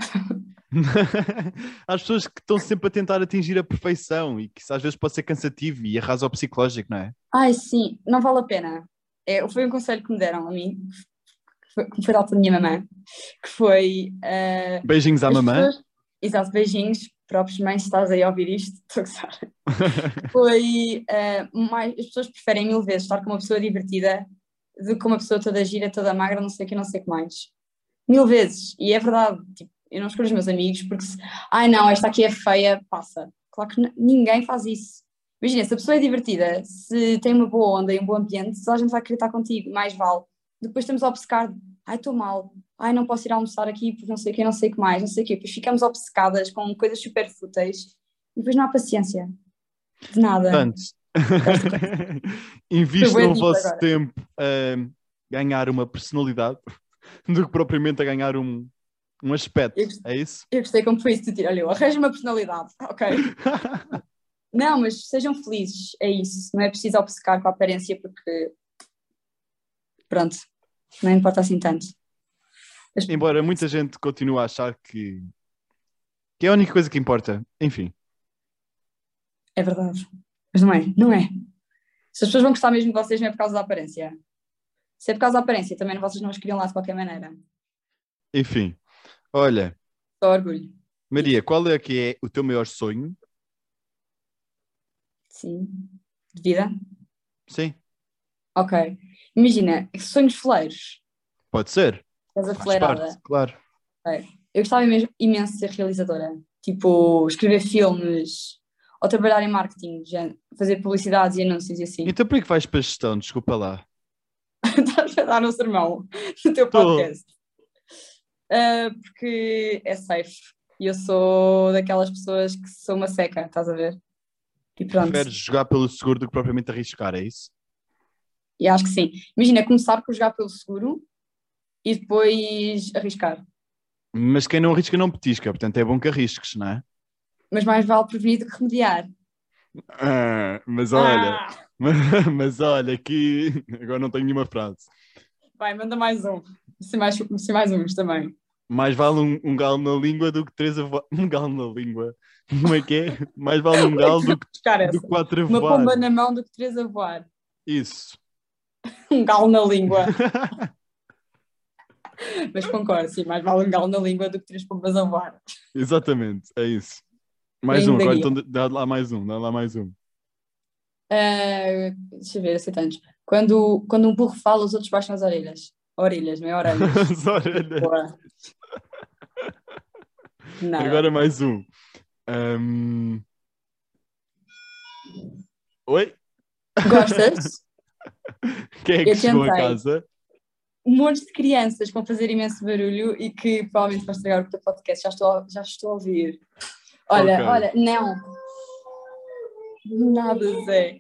Às pessoas que estão sempre a tentar atingir a perfeição e que isso às vezes pode ser cansativo e arrasa o psicológico, não é?
Ai, sim, não vale a pena. É, foi um conselho que me deram a mim, que foi- que me foi dado pela minha mamã, que foi. ah,
Beijinhos à
As
mamãe.
pessoas- Exato, beijinhos, próprios mães, se estás aí a ouvir isto, estou a gozar. Foi, eh, mais, as pessoas preferem mil vezes estar com uma pessoa divertida do que uma pessoa toda gira, toda magra, não sei o que, não sei o que mais. Mil vezes, e é verdade, tipo, eu não escolho os meus amigos porque se, ai não, esta aqui é feia, passa. Claro que n- ninguém faz isso. Imagina, se a pessoa é divertida, se tem uma boa onda e um bom ambiente, só a gente vai querer estar contigo, mais vale. Depois estamos a obcecar, ai estou mal, ai, não posso ir almoçar aqui porque não sei o que, não sei o que mais, não sei o que. Depois ficamos obcecadas com coisas super fúteis e depois não há paciência. De nada.
Portanto, invistam
Foi
o
bonito
vosso
agora.
tempo a ganhar uma personalidade do que propriamente a ganhar um, um aspecto.
Eu gost-
É isso?
Eu gostei como foi isso de ti. Olha, eu arranjo uma personalidade, ok? Não, mas sejam felizes, é isso. Não é preciso obcecar com a aparência porque. Pronto, não importa assim tanto.
Embora muita gente continue a achar que, que é a única coisa que importa. Enfim,
É verdade. Mas não é, não é. Se as pessoas vão gostar mesmo de vocês, não é por causa da aparência. Se é por causa da aparência, também vocês não os queriam lá de qualquer maneira.
enfim. Olha,
Só orgulho.
Maria, qual é que é o teu maior sonho?
Sim. De vida?
Sim,
Ok. Imagina, sonhos fleiros.
pode ser.
Estás a
Faz
fleirada.
parte, claro.
Eu gostava mesmo, imenso de ser realizadora. Tipo, escrever filmes ou trabalhar em marketing, já, fazer publicidades e anúncios e assim.
Então porquê que vais para gestão? Desculpa lá.
Estás a dar um sermão no teu
Tô.
podcast. Ah, porque é safe. E eu sou daquelas pessoas que sou uma seca, estás a ver? E pronto.
Preferes jogar pelo seguro do que propriamente arriscar, é isso?
E acho que sim. Imagina começar por jogar pelo seguro e depois arriscar.
Mas quem não arrisca não petisca, portanto é bom que arrisques, não é?
Mas mais vale prevenir do que remediar.
Ah, mas olha,
Ah!
mas olha que agora não tenho nenhuma frase.
Vai, manda mais um. Se mais, se mais uns também.
Mais vale um, um galo na língua do que três a voar. Um galo na língua. Como é que é? Mais vale um galo do que,
Buscar
do
essa.
que quatro a
Uma
voar.
pomba na mão do que três a voar.
Isso.
Um galo na língua. Mas concordo, sim, mais vale um galo na língua do que três pombas a voar.
Exatamente, é isso. Mais um,
Ainda
agora
ia.
então dá lá mais um, dá lá mais um.
Ah, deixa eu ver, aceitantes. Quando, quando um burro fala, os outros baixam as orelhas. Orelhas, não é orelhas.
As orelhas.
Boa. Nada.
Agora mais um. Ahm. Oi?
Gostas?
Quem é que
Eu
chegou a
tentei.
casa?
Um monte de crianças que vão fazer imenso barulho e que provavelmente vão estragar o teu podcast. Já estou a, já estou a ouvir. Olha,
Ok.
olha, não. Nada, Zé.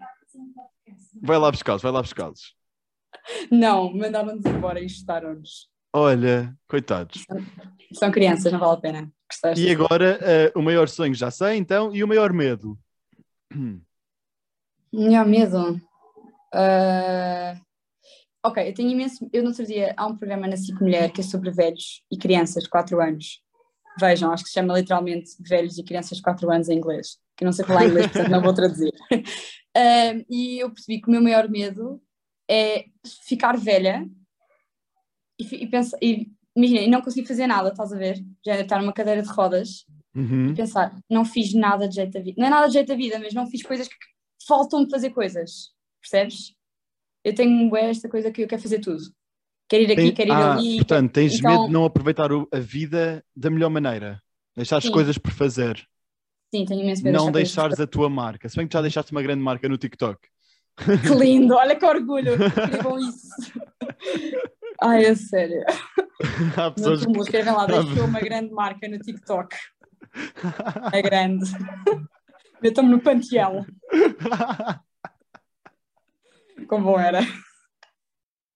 Vai lá buscá-los, vai lá buscá-los.
Não, mandaram-nos embora e chutaram-nos.
Olha, coitados.
São crianças, não vale a pena. Gostaste?
E agora, ah, o maior sonho já sei, então, e o maior medo?
Uhum. Melhor medo. Ah, Ok, eu tenho imenso. Eu no outro dia há um programa na SIC Mulher que é sobre velhos e crianças de 4 anos. Vejam, acho que se chama literalmente Velhos e Crianças de 4 anos em inglês, que eu não sei falar inglês, portanto não vou traduzir. Ah, e eu percebi que o meu maior medo é ficar velha e, fi- e pensar. E, imagina, e não conseguir fazer nada, estás a ver? Já estar numa cadeira de rodas
Uhum.
pensar, não fiz nada de jeito da vida. Não é nada de jeito da vida, mas não fiz coisas que faltam de fazer coisas. Percebes? Eu tenho bué esta coisa que eu quero fazer tudo. Quero ir aqui,
Tem-
quero ir
ah,
ali.
Portanto, tens
Então-
medo de não aproveitar o- a vida da melhor maneira. Deixar as
Sim.
coisas por fazer.
Sim, tenho imenso medo de
Não
deixar coisas-
deixares a tua marca. Se bem que já deixaste uma grande marca no TikTok.
Que lindo, olha que orgulho. Escrevam isso. Ai, é sério.
Há
No
pessoas
túmulo,
que.
escrevem lá,
Tá
deixou uma grande marca no TikTok. É grande. Metam-me no panteão, como era.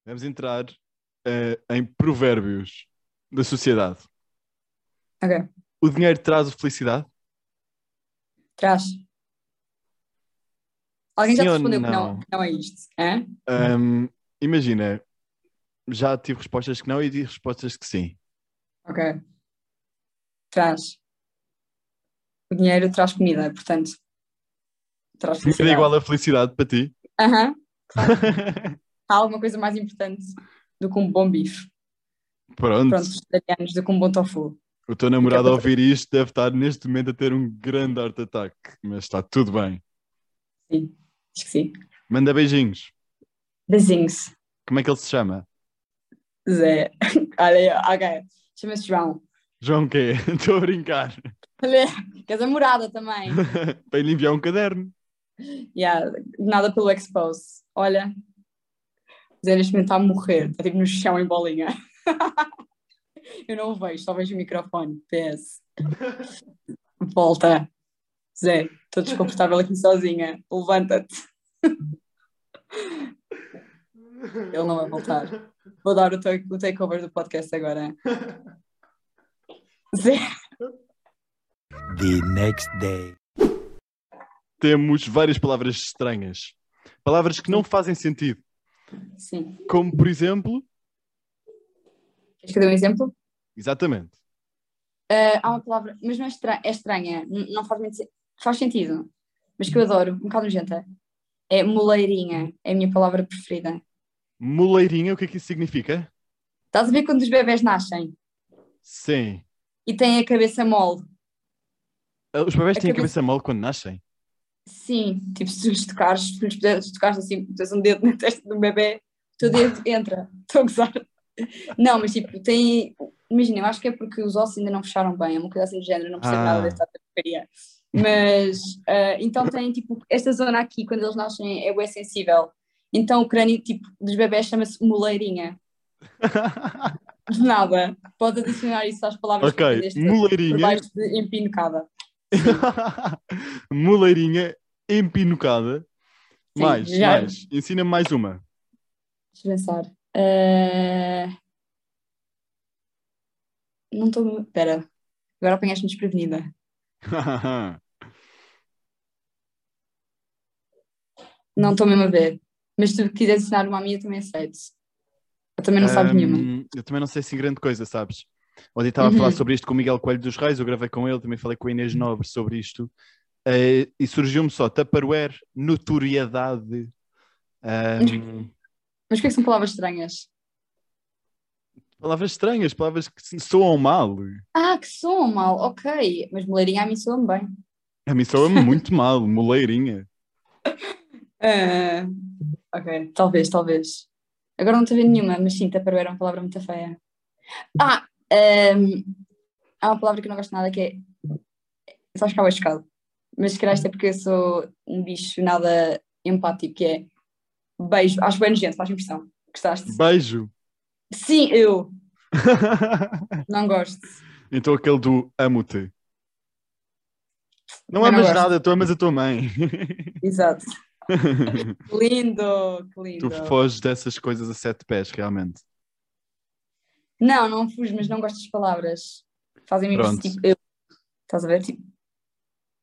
Vamos entrar eh, em provérbios da sociedade.
Ok,
O dinheiro traz felicidade?
traz. Alguém já
Sim
te
ou
respondeu que
não?
não, que não é isto? Hã?
Ahm, imagina, já tive respostas que não e tive respostas que sim.
Ok. Traz. O dinheiro traz comida, portanto. Traz
Comida é
felicidade.
igual a felicidade para ti.
Aham. Há alguma coisa mais importante do que um bom bife.
Pronto.
Pronto, vegetarianos, do que um bom tofu.
O teu namorado
Fica
a
para
ouvir isto deve estar neste momento a ter um grande heart attack, mas está tudo bem.
Sim, acho que sim.
Manda beijinhos.
Beijinhos.
Como é que ele se chama?
Zé. Olha, aí, ok. Chama-se João.
João quê? Estou a brincar.
Olha, queres a morada também.
Para lhe enviar um caderno.
Yeah, nada pelo expose. Olha. Zé neste momento está a morrer. Está tipo no chão em bolinha. Eu não o vejo, só vejo o microfone. PS. Volta. Zé, estou desconfortável aqui sozinha. Levanta-te. Ele não vai voltar. Vou dar o, take- o takeover do podcast agora. Zé,
The next day.
Temos várias palavras estranhas. Palavras que não fazem sentido.
sim.
Como, por exemplo,
Queres que eu dê um exemplo?
exatamente.
Ah, há uma palavra, mas não é, estra- é estranha, n- não faz muito sen- faz sentido, mas que eu adoro, um bocado nojenta. É moleirinha, é a minha palavra preferida.
Moleirinha, o que é que isso significa?
Estás a ver quando os bebés nascem
Sim.
e têm a cabeça mole?
Ah, Os bebés
A
têm a
cabeça-
cabeça mole quando nascem.
Sim, tipo, se os tocares, se lhes puderes tocar assim, tens um dedo na testa de um bebê, o teu dedo entra. Estou a gozar. Não, mas tipo, tem. Imagina, eu acho que é porque os ossos ainda não fecharam bem, é uma coisa assim de género, não percebo
Ah.
nada desta porcaria. Mas ah, então tem tipo esta zona aqui, quando eles nascem, é bué sensível. Então o crânio tipo dos bebés chama-se moleirinha. De nada. Pode adicionar isso às palavras que
ok,
aprendeste por
moleirinha.
baixo de empinucada.
moleirinha empinucada.
Sim,
mais,
já.
mais. Ensina-me mais uma.
Deixa eu pensar. Eh, Não estou. Espera. Agora apanhaste-me desprevenida. Não estou mesmo a ver. Mas se tu quiseres ensinar uma a mim, eu também aceito. Eu também não sabes
Ahm,
nenhuma.
Eu também não sei assim grande coisa, sabes? Ontem estava a falar
Uhum.
sobre isto com o Miguel Coelho dos Reis, eu gravei com ele, também falei com a Inês Nobre sobre isto, eh, e surgiu-me só Tupperware, notoriedade. ahm,
Mas o que é que são palavras estranhas?
palavras estranhas, palavras que se- soam mal.
Ah, que soam mal, ok. Mas moleirinha a mim soa-me bem.
A mim soa-me muito mal, moleirinha.
Ah, ok, talvez, talvez. Agora não estou a ver nenhuma, mas sim, tupperware é uma palavra muito feia. Ah, ahm, há uma palavra que eu não gosto nada que é. Sabes que há o escado. Mas se calhar isto é porque eu sou um bicho nada empático, que é beijo. Acho bem nojento, faz impressão. Gostaste?
Beijo.
Sim, eu não gosto.
então aquele do amo-te. Não
Eu não
amas
gosto.
nada, tu amas a tua mãe.
Exato. Que lindo, que lindo.
tu foges dessas coisas a sete pés, realmente.
Não, não fujo, mas não gosto das palavras. Fazem-me
Pronto.
tipo eu. Estás a ver? Tipo,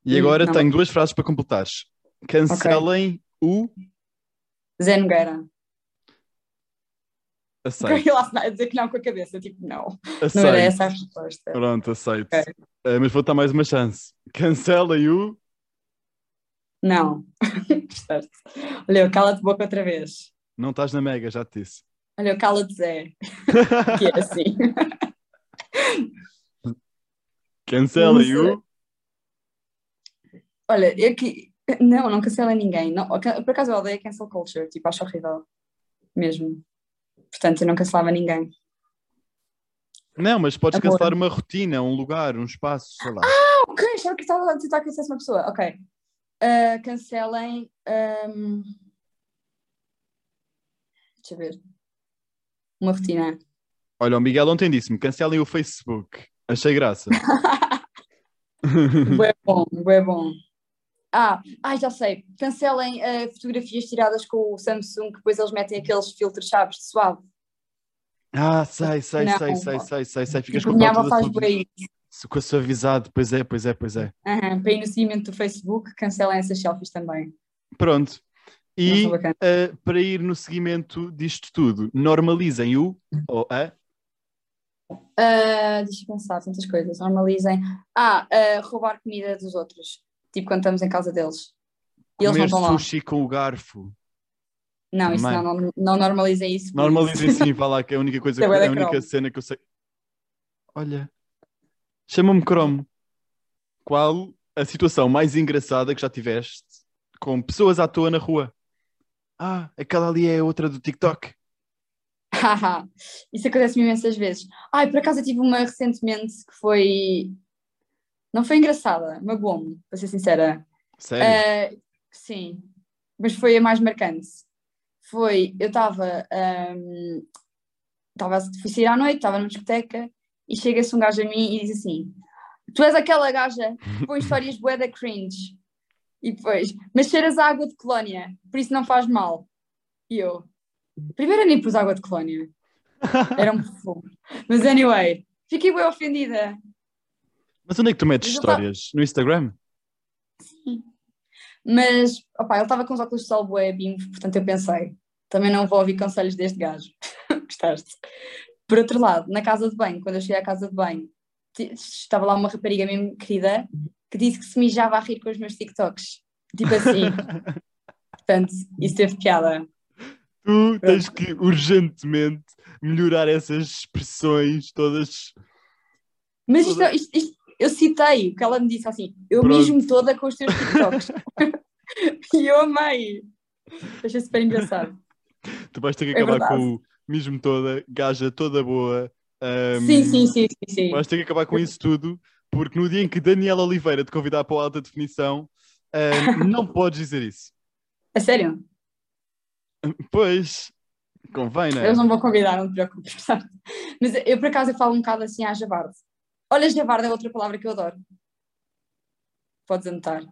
E
Hum,
agora
não.
tenho duas frases para completares. Cancelem o
Zé Nogueira.
aceito.
Fiquei lá a dizer que não com a cabeça, tipo, não. Não
aceito.
era essa a resposta.
Pronto, aceito.
Ok.
Eh, mas vou dar mais uma chance. Cancelem o.
Não. Gostaste. Olha, cala-te boca outra vez.
Não estás na Mega, já te disse.
Olha, cala-te Zé. Que é assim.
Cancelem o.
Olha, eu que. Não, não cancela ninguém. Não, por acaso eu odeio cancel culture, tipo, acho horrível. Mesmo. Portanto, eu não cancelava ninguém.
Não, mas podes
Amor.
cancelar uma rotina, um lugar, um espaço, sei lá.
Oh, Ok, achava que estava a tentar que eu dissesse uma pessoa. Ok. Ah, cancelem. ahm, Deixa eu ver. Uma rotina.
Olha, o Miguel ontem disse-me: cancelem o Facebook. Achei graça.
Bué bom, bué bom. Ah, ai, já sei. Cancelem ah, fotografias tiradas com o Samsung, que depois eles metem aqueles filtros, chaves, de suave.
ah, sei, sei,
Não.
sei, sei, sei, sei, sei. Ficas
Tipo,
com
a
a
minha
foto
avó
da
faz
sua-
bué isso.
com a suavizade. Pois é, pois é, pois é.
Aham, Para ir no seguimento do Facebook, cancelem essas selfies também.
Pronto.
Não
E
são bacanas.
Uh, para ir no seguimento disto tudo, normalizem o ou a
Ah, deixa eu pensar, tantas coisas. Normalizem. Ah, ah, roubar comida dos outros. Tipo, quando estamos em casa deles. E eles não
comer
estão lá.
sushi com o garfo.
Não, isso
Também.
não, não, não normalizem isso. por
Normalizem
isso.
sim, vá lá, que é a única coisa,
Isso é
que-
bué da
a única
cromo.
cena que eu sei. Olha, chama-me Cromo. Qual a situação mais engraçada que já tiveste com pessoas à toa na rua? Ah, aquela ali é outra do TikTok.
Haha, Isso acontece-me imensas vezes. Ai, por acaso eu tive uma recentemente que foi. Não foi engraçada, magoou-me, para ser sincera.
Sério?
Ah, sim, mas foi a mais marcante. Foi, eu estava. ahm, Estava a fui sair à noite, estava numa discoteca e chega-se um gajo a mim e diz assim: Tu és aquela gaja que põe histórias bué da cringe. E depois, mas cheiras a água de colónia, por isso não faz mal. E eu, primeiro eu nem pus água de colónia. Era um perfume. Mas anyway, fiquei bem ofendida.
Mas onde é que tu metes
Mas eu tava-
histórias? No Instagram?
Mas, opá, ele estava com os óculos de sol bué bimbo, portanto eu pensei, também não vou ouvir conselhos deste gajo. Gostaste? Por outro lado, na casa de banho, quando eu cheguei à casa de banho, ti- estava lá uma rapariga mesmo querida que disse que se mijava a rir com os meus TikToks. Tipo assim. portanto, isso teve piada.
Tu tens que urgentemente melhorar essas expressões todas
Mas isto, isto- isto- eu citei o que ela me disse assim: eu
Pronto.
mijo-me toda com os teus TikToks. e eu amei. Achei super engraçado.
Tu vais ter que
É
acabar
verdade.
com o mesmo toda, gaja toda boa. ahm, Hum.
sim, sim, sim, sim, sim.
Vais ter que acabar com isso tudo Porque no dia em que Daniel Oliveira te convidar para a alta definição, ahm, não podes dizer isso.
A sério?
Pois, convém, não é?
Eles não vão convidar, não te preocupes. portanto. Mas eu, por acaso, eu falo um bocado assim à javarde. Olha, javarde é outra palavra que eu adoro. Podes anotar. é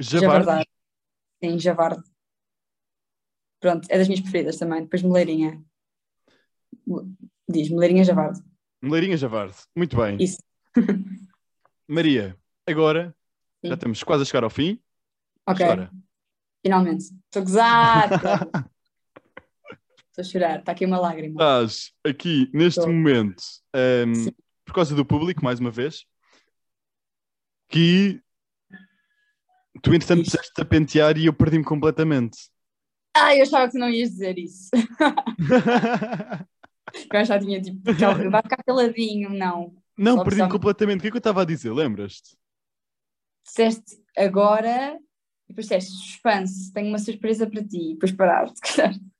Jabardo.
Javardar. Sim, javarde. Pronto, é das minhas preferidas também. Depois moleirinha. Mo- Diz, moleirinha javarde.
Meleirinha Javarde. Muito bem.
Isso.
Maria, agora
Sim.
já estamos quase a chegar ao fim.
Ok,
Chora.
finalmente. Estou a gozar. Estou a chorar, está aqui uma lágrima.
Estás aqui neste
Estou.
momento ahm,
Então, Sim.
por causa do público, mais uma vez, que tu entretanto
Isto.
precisaste a pentear e eu perdi-me completamente.
Ai, eu achava que tu não ias dizer isso. Que eu já tinha tipo, cal- vai ficar caladinho, não.
Não,
Só
perdi-me
precisava-
completamente. O que é que eu estava a dizer? Lembras-te?
Disseste agora, e depois disseste suspense, tenho uma surpresa para ti, e depois paraste.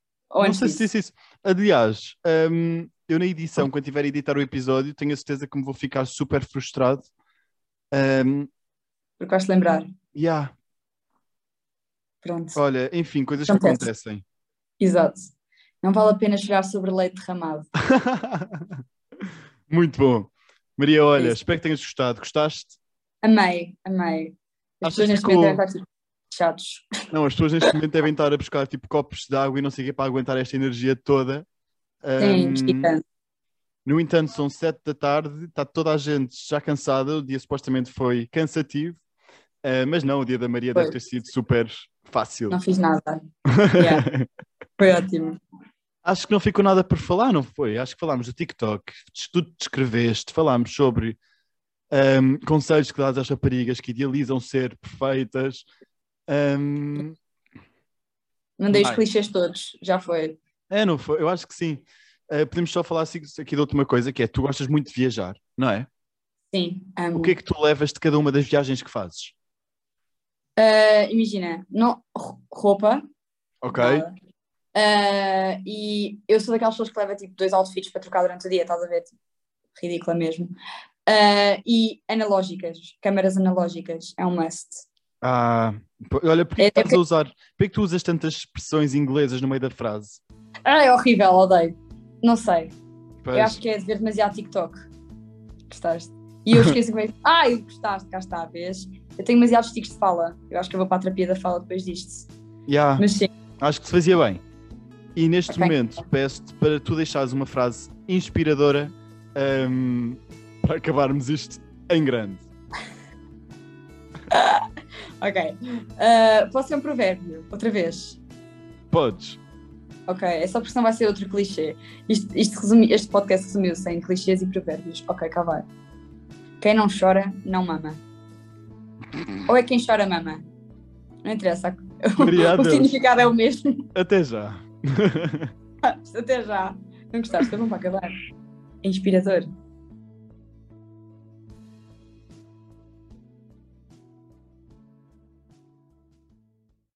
Não
Ou antes
sei se
disso.
disse isso. Aliás, ahm, eu na edição, quando tiver a editar o episódio, tenho a certeza que me vou ficar super frustrado. Ahm,
porque vais-te lembrar.
yeah.
Pronto,
Olha, enfim, coisas
Acontece.
que
exato. Não vale a pena chorar sobre leite derramado.
acontecem. Muito bom. Maria, olha,
É isso.
espero que tenhas gostado. Gostaste?
Amei, amei.
Achas
As pessoas
que
neste momento
com-
devem estar tipo, chatos.
Não, as pessoas neste momento devem estar a buscar tipo copos de água e não sei o quê para aguentar esta energia toda.
Sim,
Ahm,
esticando.
No entanto, são sete da tarde, está toda a gente já cansada, o dia supostamente foi cansativo, eh, mas não, o dia da Maria
Foi.
deve ter sido super fácil.
Não fiz nada. Yeah, foi ótimo.
Acho que não ficou nada por falar, não foi? Acho que falámos do TikTok, de tudo que descreveste, falámos sobre ahm, conselhos que dás às raparigas que idealizam ser perfeitas. Hum, Ahm,
Mandei os
Vai.
clichês todos, já foi.
é, não foi? Eu acho que sim. Eh, podemos só falar assim- aqui de última coisa, que é tu gostas muito de viajar, não é?
Sim, amo.
O que é que tu levas de cada uma das viagens que fazes?
Ah, imagina, não, ro- roupa,
Ok?
Nada. Ah, e eu sou daquelas pessoas que leva tipo dois outfits para trocar durante o dia, estás a ver? Tipo, ridícula mesmo. Ah, e analógicas, câmaras analógicas, é um must.
Ah, po- olha, porque
É-
é,
é
estás
porque-
a usar? Porquê que tu usas tantas expressões inglesas no meio da frase?
Ah, é horrível, odeio. Não sei.
Pois,
Eu acho que é de ver demasiado TikTok. Gostaste? E eu esqueço como é que. Ai, gostaste, cá está, vês? Eu tenho demasiados tiques de fala. Eu acho que eu vou para a terapia da fala depois disto.
yeah,
Mas sim,
acho que se fazia bem. E neste
Ok.
momento peço-te para tu deixares uma frase inspiradora ahm, para acabarmos isto em grande.
ok. Ah, posso ser um provérbio, outra vez.
Podes.
Ok, é só porque senão vai ser outro clichê. Isto, isto resumi- este podcast resumiu-se em clichês e provérbios. Ok, cá vai. Quem não chora, não mama. Ou é quem chora, mama. Não interessa.
Maria,
o
adeus.
significado é o mesmo.
Até já.
Até já. Não gostaste? Tá bom para acabar. É Inspirador.